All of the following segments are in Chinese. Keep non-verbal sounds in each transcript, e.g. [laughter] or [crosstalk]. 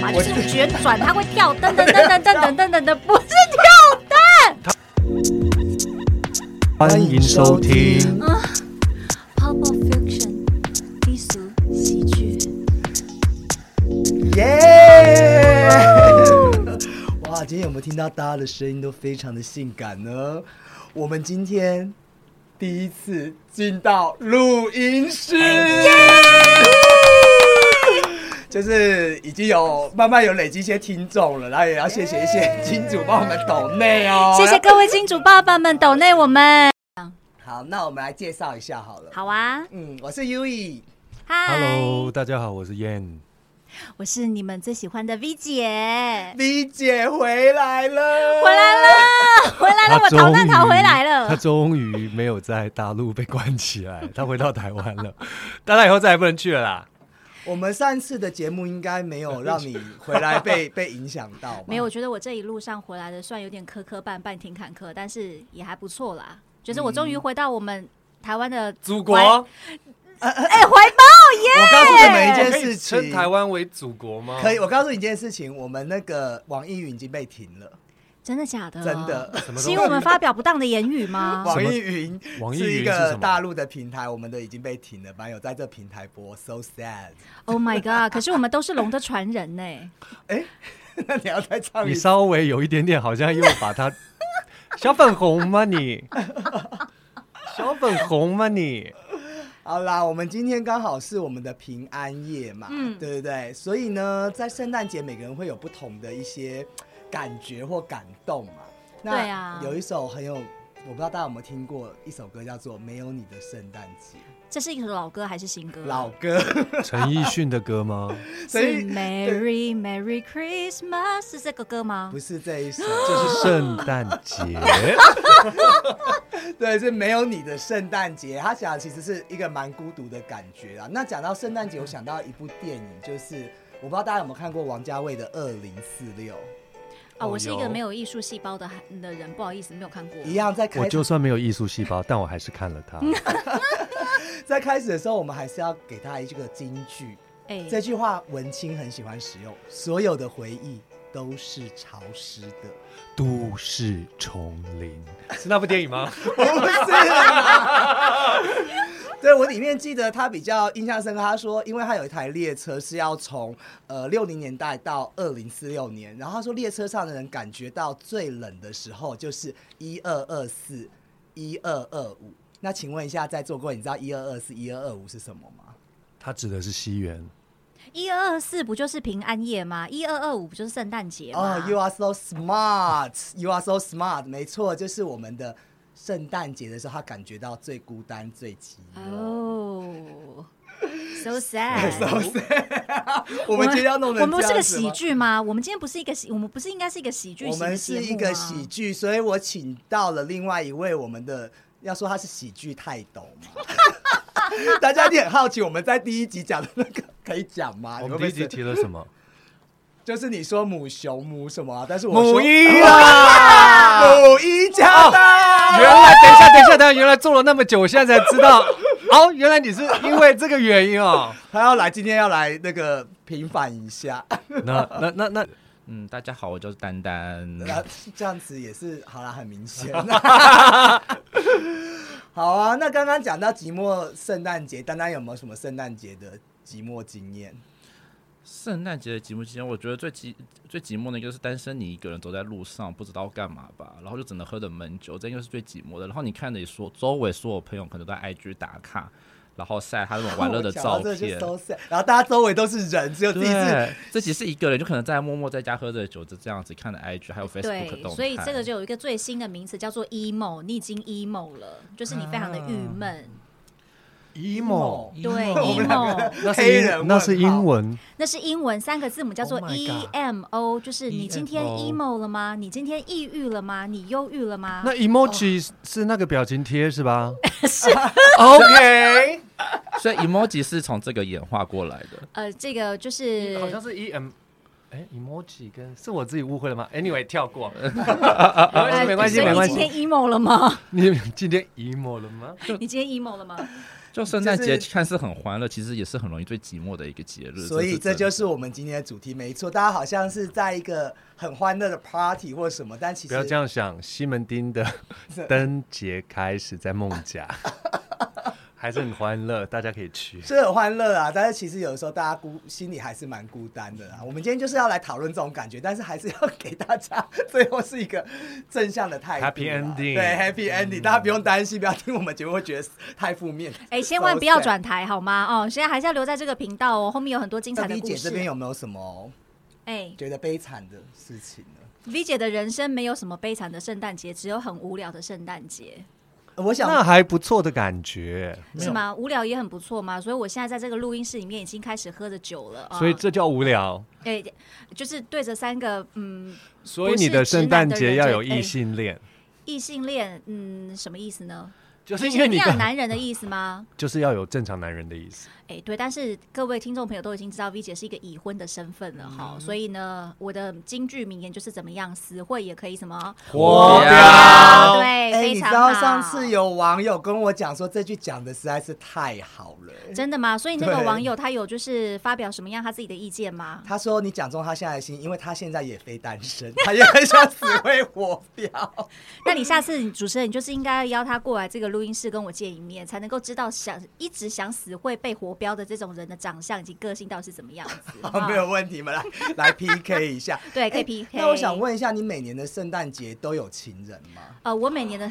嘛，就是旋转，它会跳，噔噔噔噔噔噔噔噔的，不是跳蛋。欢迎收听。 Pop 啊 of Fiction，低俗喜剧。耶！ [laughs] 哇，今天有没有听到大家的声音都非常的性感呢？我们今天第一次进到录音室，就是已经有慢慢有累积一些听众了，然后也要谢谢一些金主帮我们抖内哦，谢谢。各位金主爸爸们，抖内我们。好，那我们来介绍一下好了。好啊，嗯，我是 Yui，嗨， Hello，大家好，我是 Yan。我是你们最喜欢的 V 姐， V 姐回来了，回来了，回来哎了，我逃难逃回来他了。终于没有在大陆被关起来， [laughs] 他回到台湾了。当然以后再也不能去了啦。我们上次的节目应该没有让你回来 [laughs] 被被影响到吧？没有，我，觉得我这一路上回来的，算有点磕磕绊绊，挺坎坷，但是也还不错啦。就是我终于回到我们台湾的祖国哎怀抱耶！我告诉你们一件事称情，台湾为祖国吗？可以。，我告诉你一件事情，我们那个网易云已经被停了，真的假的？真的。什么是因为我东们发表不当的言语 [laughs] 吗？网易云网易云是一是什个么大陆的平台，我们的已经被停了，本来有在这平台播，so sad。 [laughs] Oh my god！可是我们都是龙的传人呢、哎，那你要再唱西？一你次？稍微有一点点，好像又把它 [laughs] 小粉红吗 [laughs] 你？小粉红吗你？好啦，我们今天刚好是我们的平安夜嘛，嗯对不对？所以呢，在圣诞节每个人会有不同的一些感觉或感动嘛。那对啊有一首很有，我不知道大家有没有听过一首歌叫做《没有你的圣诞节这是一首老歌还是新歌？》，老 [laughs] 歌，陈奕迅的歌吗？所嗯是以 Merry Merry Christmas 是这个歌吗不？是这 [laughs] 一首，这是圣诞节。 [laughs] 对，是没有你的圣诞节。他讲的其实是一个蛮孤独的感觉啊。那讲到圣嗯诞节，我想到一部电影，就是我不知道大家有没有看过王家卫的《二零四六》，哦啊，我是一个有没有艺术细胞的的人，不好意思，没有看过。一样在开我就算没有艺术细胞，但我还是看了它。在开始的时候，我们还是要给他一个金句。哎、这句话文青很喜欢使用，所有的回忆都是潮湿的。都市丛林是那部电影吗？不是啦。 [laughs] 对我里面记得他比较印象深刻，他说，因为他有一台列车是要从呃六零年代到二零四六年，然后他说列车上的人感觉到最冷的时候就是一二二四、一二二五。那请问一下，在座各位，你知道一二二四、一二二五是什么吗？ [laughs] 它指的是西元。一二二四不就是平安夜吗？一二二五不就是圣诞节吗哦、y o u are so smart, you are so smart，没错，就是我们的圣诞节的时候，他感觉到最孤单、最寂啊寞。哦、s [laughs] o sad。我们今天要弄的，我们不是个喜，剧吗？我们今天不是一个喜，我们不是应该是一个喜剧我型的们节目是吗？一个喜剧，所以我请到了另外一位我们的，要说他是喜剧泰斗嘛。 [laughs] 大家一定很好奇，我们在第一集讲的那个可以讲吗？我啊你会们不会第一集生提了什么？就是你说母熊母什么啊、 [laughs] 但是我说母一啊哦啦！母一加 [laughs] 原来，等一下，等一下，等一下，原来做了那么久，我现在才知 [laughs] 道。哦，原来你是因为这个原因哦。他要来，今天要来那个平反一下， [laughs] 那那那那，嗯，大家好，我就是丹丹。那这样子也是好啦，很明显。好啊，那刚刚讲到寂寞圣诞节，丹丹有没有什么圣诞节的寂寞经验？圣诞节的节目期间，我觉得最寂最寂寞的一个就是单身，你一个人走在路上不知道干嘛吧，然后就只能喝着闷酒，这应该是最寂寞的。然后你看着你说周围所有朋友可能都在 IG 打卡，然后晒他那种玩乐的照 [laughs] 我讲到这片就。收拾然后大家周围都是人，只有自己是。对，自己是一个人，就可能在默默在家喝着酒，就这样子看着 IG，还有 Facebook 对，动态。所以这个就有一个最新的名词叫做 emo，你已经 emo 了，就是你非常的郁闷。啊 emo 对 [laughs] 我们两个，emo，那黑是人问英那是号英文，那是英文三个字母叫做 Oh E my God M O，就是你今天 EMO emo 了吗？你今天抑郁了吗？你忧郁了吗？那 emoji 是那个表情贴是 [laughs] 吧？ [laughs] 是。OK，所以 emoji 是从这个演化过来 [laughs] 的。呃，这个就是 [laughs] 好像是 E M。哎，emoji 跟是我自己误会了吗？Anyway，跳 [laughs] 过，呃没关系，没关系，没所以关系。你今天 emo 了吗？ [laughs] 你今天 emo 了吗？你今天 emo 了吗？就圣诞节就是看似很欢乐，其实也是很容易最寂寞的一个节日。所以这真就的是我们今天的主题，没错。大家好像是在一个很欢乐的 party 或什么，但其不实要这样想，西门町的灯节开始在梦 [laughs] 甲，还是很欢乐，大家可以去。是很欢乐啊，但是其实有的时候大家孤心里还是蛮孤单的啦。我们今天就是要来讨论这种感觉，但是还是要给大家最后是一个正向的态度啦。啊 Happy ending 嗯对 Happy ending，、大家不用担心，不要听我们节目会觉得太负面。哎，千万不要转台好吗？哦，现在还是要留在这个频道哦，后面有很多精彩那的 V 故姐这边事。有没有什么哎觉得悲惨的事情呢？ ，V 姐的人生没有什么悲惨的圣诞节，只有很无聊的圣诞节，呃我想那还不错的感觉，没有是吗？无聊也很不错嘛，所以我现在在这个录音室里面已经开始喝着酒了啊。所以这叫无聊。哎，就是对着三个嗯所以你的哎圣诞节要有不是直男的人异性恋，异性恋，嗯，什么意思呢？就是因为你是样的男人的意思吗？ [laughs] 就是要有正常男人的意思。哎，对，但是各位听众朋友都已经知道 V 姐是一个已婚的身份了嗯哈，所以呢，我的京剧名言就是怎么样，死会也可以什么，活啊标，对，哎、非你知常道好上次有网友跟我讲说这句讲的实在是太好了、真的吗？所以那个对网友他有就是发表什么样他自己的意见吗？他说你讲中他现在的心，因为他现在也非单身，他也很想死会活掉。那你下次你主持人你就是应该邀他过来这个录音室跟我见一面，才能够知道想一直想死会被活标的这种人的长相以及个性到底是怎么样子。好，没有问题，我们来 [laughs] 来 PK 一下。对，可以哎 PK。那我想问一下，你每年的圣诞节都有情人吗？呃，我每年的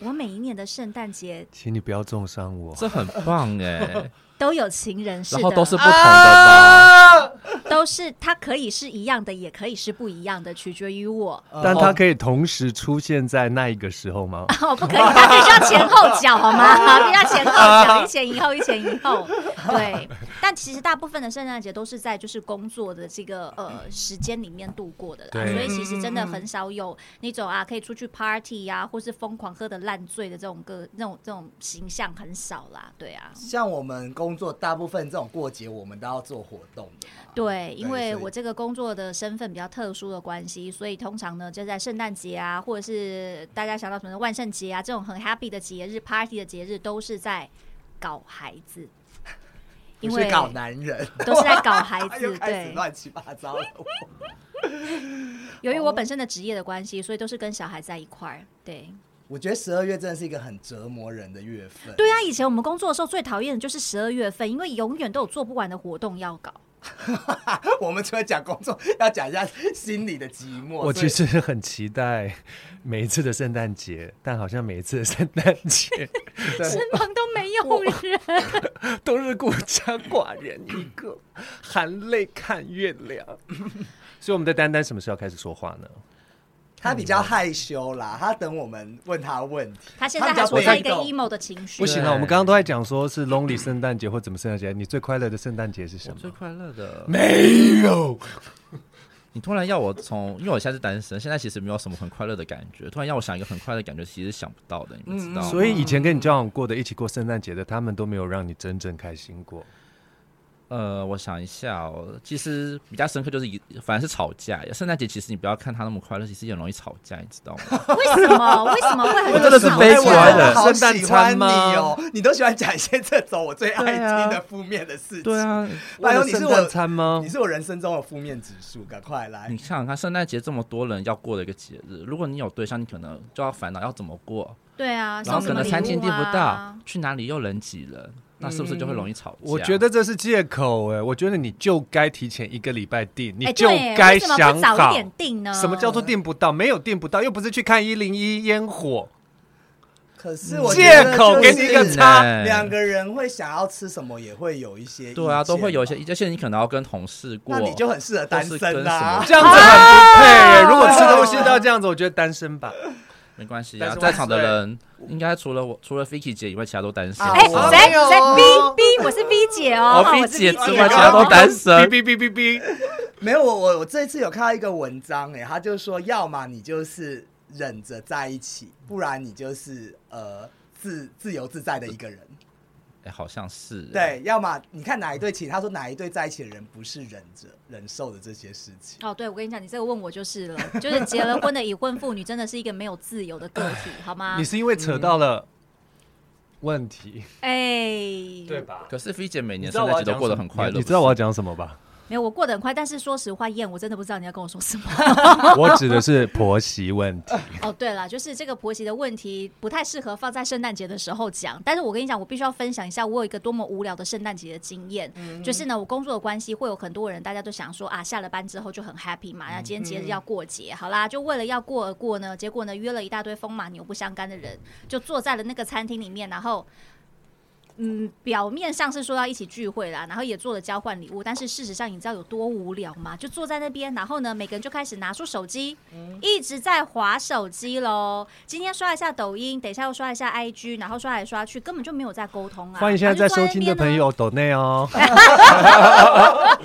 我每一年的圣诞节请你不要重伤我。这很棒哎、都有情人，是然的，后都是不同的吧？都是它可以是一样的，也可以是不一样的，取决于我。但他可以同时出现在那一个时候吗？哦，不可以，它必须要前后脚，好吗？必须要前后脚，一前一后，一前一后。对，但其实大部分的圣诞节都是在就是工作的这个呃时间里面度过的啦，对所以其实真的很少有那种啊可以出去 party 呀、或是疯狂喝的烂醉的这种个那种这种形象很少啦。对啊，像我们工作大部分这种过节，我们都要做活动的嘛。对，因为所以我这个工作的身份比较特殊的关系，所以通常呢就在圣诞节啊，或者是大家想到什么万圣节啊这种很 happy 的节日、party 的节日，都是在搞孩子，因不为是搞男人，都是在搞孩 [laughs] 又子。开始对，乱七八糟了。由于我本身的职业的关系，所以都是跟小孩在一块儿。对，我觉得十二月真的是一个很折磨人的月份。对啊，以前我们工作的时候最讨厌的就是十二月份，因为永远都有做不完的活动要搞。我们除了讲工作，要讲一下心里的寂寞。我所以其实很期待每一次的圣诞节，但好像每一次的圣诞节对身旁都没有人， [laughs] 都是孤家寡人一 [laughs] 个，含泪看月亮。所以我们的丹丹什么时候开始说话呢？他比较害羞啦，他等我们问他问题。 [laughs] 他现在比较还处在被一个动 emo 的情绪。不行了，啊我们刚刚都在讲说是 lonely 圣诞节或怎么圣诞节，你最快乐的圣诞节是什我 [laughs] 么？最快乐的，没有，你突然要我从，因为我现在是单身，现在其实没有什么很快乐的感觉。突然要我想一个很快乐的感觉，其实想不到的，你嗯们知道吗？所以以前跟你交往过的、一起过圣诞节的，他们都没有让你真正开心过。呃，我想一下哦，其实比较深刻就是一，反正是吵架。圣诞节其实你不要看他那么快乐，其实也容易吵架，你知 [laughs] 道吗？为什么？为什么会很我真的是少悲哎我催真的的好圣诞喜欢餐你吗哦，你都喜欢讲一些这种我最爱对啊听的负面的事情。对，啊，哎拜托你是圣我诞餐吗你？是我人生中的负面指数，赶快来你！想想看，圣诞节这么多人要过的一个节日，如果你有对象，你可能就要烦恼要怎么过，对啊，然送后可什么能礼餐厅物订不啊到，去哪里又人挤人，那是不是就会容易吵架？我嗯觉得这是借口哎、我觉得你就该提前一个礼拜订，你哎就对耶该为什么想不早好一。点啊定呢？什么叫做订不到？没有订不到，又不是去看一零一烟火，可是我觉借得口就给是你一个叉。哎两个人会想要吃什么，也会有一些对啊，意见都会有一些嘛意见，而且你可能要跟同事过，那你就很适合单或是身跟啊什么这样子很不配耶、啊如果吃东西都要这样子，我觉得单身吧。没关系但啊。是我在场的人应该除了我，除了 Vicky 姐以外，其他都单身。啊哎，我谁没有谁哦 B B，我是 B 姐哦，哦哈我，B 是姐之姐外，其他哦都单身。哔哔哔哔哔。没有，我我我这次有看到一个文章、哎，他就说，要么你就是忍着在一起，不然你就是呃自自由自在的一个人。哎，好像是。对，要么你看哪一对情，他说哪一对在一起的人不是忍着忍受的这些事情。哦，对，我跟你讲，你这个问我就是了，就是结了婚的已婚妇女真的是一个没有自由的个体，好吗你？是因为扯到了问题，哎，对，吧？啊可是菲姐每你年知道圣我诞要节都讲过得什么很快乐，你知道我要不是讲什么吧？没有，我过得很快，但是说实话，燕，我真的不知道你要跟我说什么。 [laughs] 我指的是婆媳问题。哦，对了，就是这个婆媳的问题不太适合放在圣诞节的时候讲。但是我跟你讲，我必须要分享一下我有一个多么无聊的圣诞节的经验。就是呢，我工作的关系，会有很多人，大家都想说啊，下了班之后就很 happy 嘛，那今天节日要过节，好啦，就为了要过而过呢，结果呢约了一大堆风马牛不相干的人，就坐在了那个餐厅里面，然后。嗯，表面上是说要一起聚会啦，然后也做了交换礼物，但是事实上你知道有多无聊吗？就坐在那边，然后呢，每个人就开始拿出手机，嗯一直在划手机喽。今天刷一下抖音，等一下又刷一下 IG，然后刷来刷去，根本就没有在沟通啊。欢迎现在在然后就收坐听那的边呢朋。友抖内哦，啊 [laughs]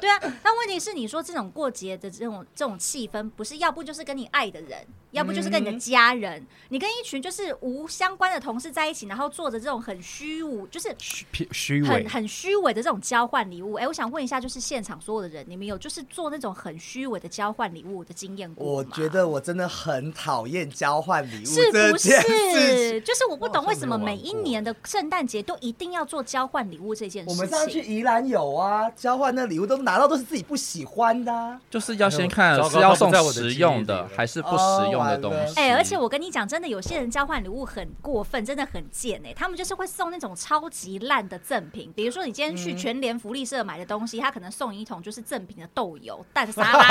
对啊，但问题是，你说这种过节的这种这种气氛，不是要不就是跟你爱的人，要不就是跟你的家人，你跟一群就是无相关的同事在一起，然后做着这种很虚无，就是虚虚伪很，很虚伪的这种交换礼物。哎、我想问一下，就是现场所有的人，你们有就是做那种很虚伪的交换礼物的经验过我吗？觉得我真的很讨厌交换礼物是这不件事情。是？就是我不懂为什么每一我好像没有玩过年的圣诞节都一定要做交换礼物这件事我情。们上次去宜兰有啊，交换那礼物都拿到都是自己不喜欢的啊、就是要先糟看糕是它要不送在我的实记忆用里的了还是不实用哦的完东了西。哎、而且我跟你讲，真的有些人交换礼物很过分，真的很贱哎、他们就是会送那种超级烂的赠品，比如说你今天去全联福利社买的东西，他可能送你一桶就是赠品的豆油、蛋沙拉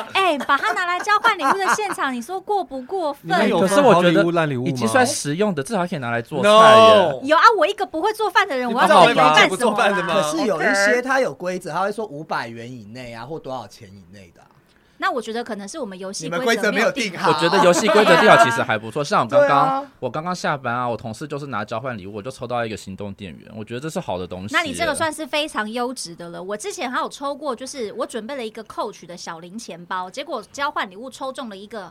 油，哎、把它拿来交换礼物的现场，你说过不过分、你们有可是放好我觉礼得物烂礼物已经吗算实用的，至少还可以拿来做菜 No 耶。有啊，我一个不会做饭的人，你我要不做好礼物吧干不什做么饭的啦吗可是有一些它有规则，它会说五百元以内啊，或多少钱以内的啊、那我觉得可能是我们游戏你们规规则没有有定好我觉得游戏规则定好其实 [laughs] 还不错，像我刚对刚啊我刚刚下班啊，我同事就是拿交换礼物，我就抽到一个行动电源，我觉得这是好的东西耶。那你这个算是非常优质的了。我之前还有抽过，就是我准备了一个 Coach 的小零钱包，结果交换礼物抽中了一个，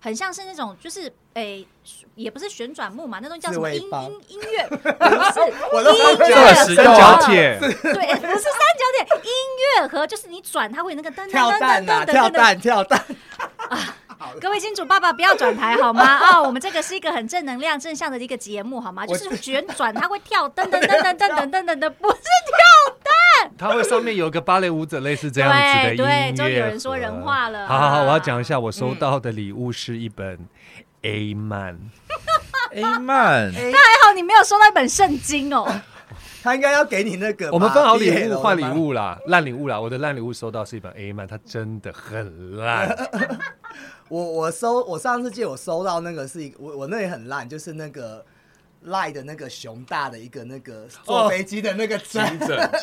很像是那种就是诶、也不是旋转木马，那种叫什么自音慰棒音音乐，不是我都音觉乐这个得实用啊角铁，对，不是三角点，音乐盒就是你转它会有那个噔噔 [laughs] 跳噔噔蛋啊，噔跳噔噔。蛋，啊跳蛋。各位金主爸爸不要转台好吗？ [laughs] 啊、我们这个是一个很正能量、正向的一个节目好吗？就是旋转它会跳噔噔噔噔噔噔噔噔噔，不是它会上面有个芭蕾舞者类似这样子对的音对，乐盒。终于有人说人话了。好好好，我要讲一下，我收到的礼物是一本 A 漫， A 曼，哎还好你没有收到一本圣经哦。他应该要给你那个吧。我们分好礼 BL 物的换礼吗。物啦，烂礼物啦，我的烂礼物收到是一本 A 漫，它真的很烂。 [laughs] 我我收我上次记得我收到那个是一个我我那也很烂，就是那个。赖的那个熊大的一个那个坐飞机的那个针， [laughs]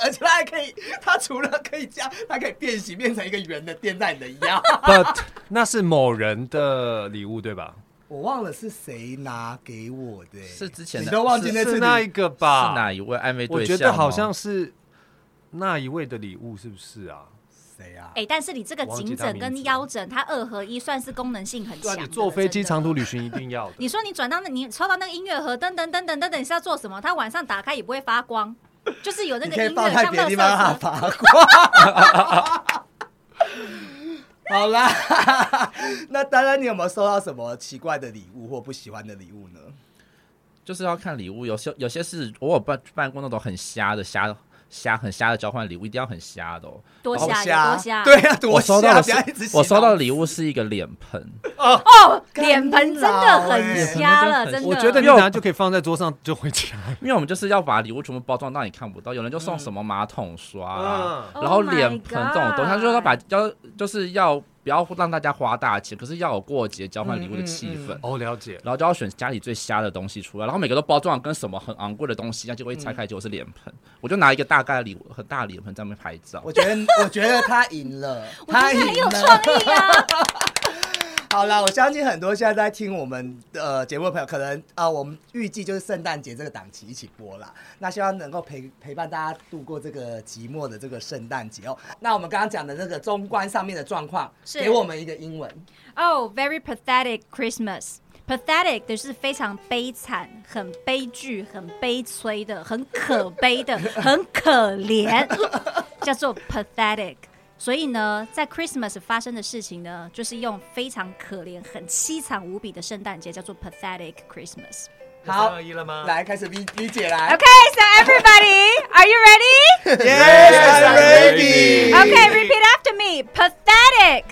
而且它还可以，它除了可以这样，它可以变形变成一个圆的垫在你的腰。 But 那是某人的礼物对吧？ [laughs] 我忘了是谁拿给我的、欸是之前的你都忘记是那次是你那一个吧？是哪一位暧昧对我象觉哦？得好像是那一位的礼物，是不是啊？谁啊？哎、但是你这个颈枕跟腰枕，它二合一算是功能性很对强啊，的。你坐飞机真的长途。旅行一定要的。你说你转到那，你抽到那个音乐盒，噔噔噔噔噔噔，你是要做什么？它晚上打开也不会发光，就是有那你个可以音放乐在像别的乐地方让色它车。发光。 [laughs] 好啦， [laughs] 那当然，你有没有收到什么奇怪的礼物或不喜欢的礼物呢？就是要看礼物，有些有些是我有办办过那种很瞎的瞎瞎很瞎的交换礼物，一定要很瞎的哦。多多瞎有虾多瞎，对呀、啊，多我收虾，到的不是要一直洗脑我收到的礼物是一个脸盆，哦，脸盆真的干很扰欸瞎了， [laughs] 真的。啊我觉得你拿就可以放在桌上就回家。因为我们就是要把礼物全部包装到你看不到，有人就送什么马桶刷啊、嗯然后 Oh my 脸盆这种东西，他就是要把 God 要就是要不要让大家花大钱，可是要有过节交换礼物的气氛。哦，了解。然后就要选家里最瞎的东西出来，然后每个都包装得跟什么很昂贵的东西一样，结果一拆开结果是脸盆，我就拿一个大概的礼物很大的脸盆在那边拍照我。觉得，我觉得他赢了， [laughs] 我觉他得很赢有了。创意啊！好啦，我相信很多现在在听我们呃节目的朋友，可能啊、呃我们预计就是圣诞节这个档期一起播啦。那希望能够陪陪伴大家度过这个寂寞的这个圣诞节哦。那我们刚刚讲的那个中观上面的状况，是给我们一个英文。 Oh, very pathetic Christmas. Pathetic 就是非常悲惨、很悲剧、很悲催的、很可悲的、很可怜，叫做 pathetic。所以呢，在 Christmas 发生的事情呢，就是用非常可怜、很凄惨无比的圣诞节，叫做 pathetic Christmas。好三二一了吗？来，开始 V V 姐来 Okay, so everybody, are you ready? ，Yes I'm ready. ready。 Okay, repeat after me. Pathetic,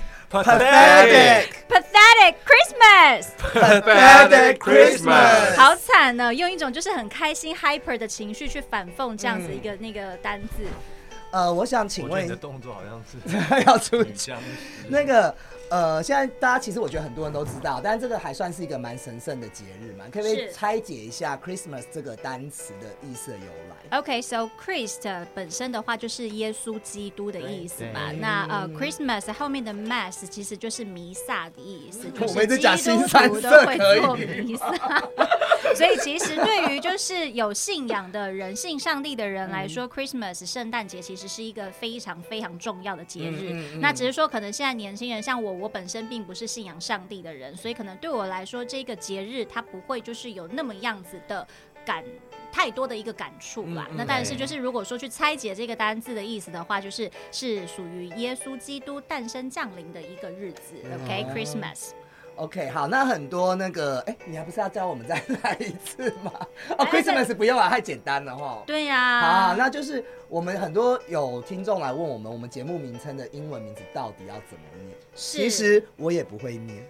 Pathetic, pathetic Christmas. pathetic Christmas。好惨呢、用一种就是很开心 hyper 的情绪去反讽这样子一个那个单字，呃，我想请我觉得问你一的动作好嗯像是 [laughs] 要出女僵尸那个呃，现在大家其实我觉得很多人都知道，但是这个还算是一个蛮神圣的节日嘛，可不可以是拆解一下 Christmas 这个单词的意思的由来？ OK，so、Christ 本身的话就是耶稣基督的意思嘛。那呃、Christmas 后面的 Mass 其实就是弥撒的意思，就嗯我们是一直基讲新督三徒都色会可以做弥撒。 [laughs] 所以其实对于就是有信仰的人、信上帝的人来嗯说、c h r i s t m a s 圣诞节其实是一个非常非常重要的节日。嗯嗯嗯那只是说，可能现在年轻人像我，我本身并不是信仰上帝的人，所以可能对我来说，这个节日它不会就是有那么样子的感。太多的一个感触啦。嗯嗯那但是就是，如果说去拆解这个单字的意思的话，就是是属于耶稣基督诞生降临的一个日子。OK，Christmas、嗯哦 OK，好，那很多那个，哎、你还不是要教我们再来一次 [laughs] 吗？哎哦、c h r i s t m a s 不用啊，太简单了哈。对呀、啊，那就是我们很多有听众来问我们，我们节目名称的英文名字到底要怎么念？是其实我也不 [laughs] 会念，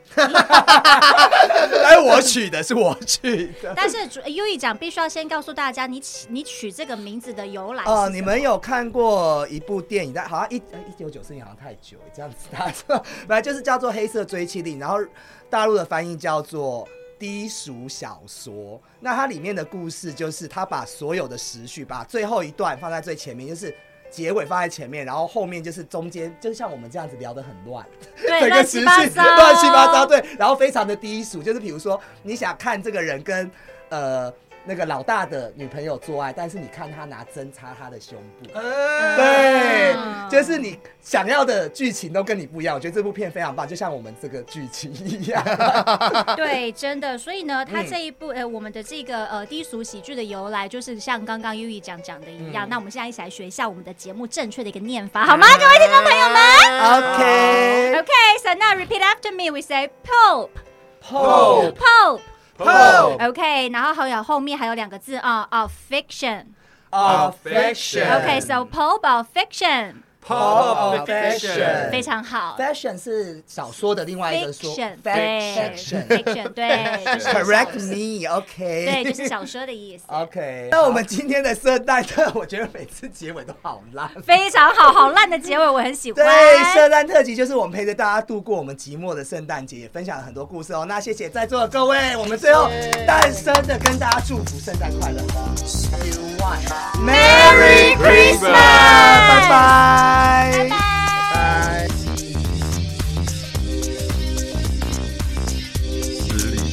哎，我取的是我取的。但是主优一讲必须要先告诉大家，你起你取这个名字的由来是哦，什么你们有看过一部电影，但好像一哎一九九四年好像太久了，这样子大家知道， [laughs] 本来就是叫做《黑色追妻令》，然后大陆的翻译叫做。低俗小说，那它里面的故事就是他把所有的时序，把最后一段放在最前面，就是结尾放在前面，然后后面就是中间，就像我们这样子聊得很乱，对整个乱时七序八糟，乱七八糟，对，然后非常的低俗，就是比如说你想看这个人跟呃那个老大的女朋友做爱，但是你看他拿针插他的胸部，对，嗯就是你想要的剧情都跟你不一样。我觉得这部片非常棒，就像我们这个剧情一样。 [laughs] 对，真的。所以呢，它嗯这一部、呃，我们的这个呃低俗喜剧的由来，就是像刚刚优一讲讲的一样。嗯那我们现在一起来学一下我们的节目正确的一个念法，好吗？各位听众朋友们 OK， Okay, so now repeat after me. We say Pope, 后 Pope. 后 Okay, 然后还有后面还有两个字啊、of fiction. of fiction， Okay, so Pope of fiction. Pop Fiction 非常好 fashion 是小说的另外一个说，fiction，对 fiction。 ，fiction，对 [laughs] 就是小 Correct 说 me，OK。对，就是小说的意思。 OK，那我们今天的圣诞特，我觉得每次结尾都好烂。非常好，好烂的结尾，我很喜欢。 [laughs] 对，圣诞特辑就是我们陪着大家度过我们寂寞的圣诞节，也分享了很多故事哦。那谢谢在座的各位，我们最后诞生的跟大家祝福圣诞快乐，Merry Christmas，拜拜，拜拜。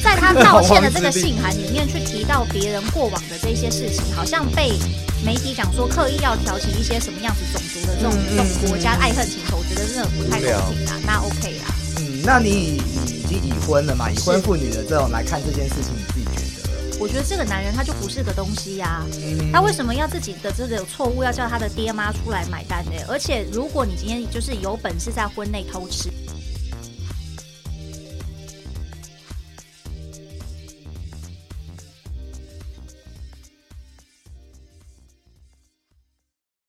在他道歉的这个信函里面去提到别人过往的这些事情，好像被媒体讲说刻意要挑起一些什么样子种族的这种、这嗯种国家爱恨情仇，我觉得真的不太公平啦。那 OK 啦，嗯，那你已已经已婚了嘛？已婚妇女的这种来看这件事情，你自己觉得？我觉得这个男人他就不是个东西呀、他为什么要自己的这个错误要叫他的爹妈出来买单呢？而且如果你今天就是有本事在婚内偷吃，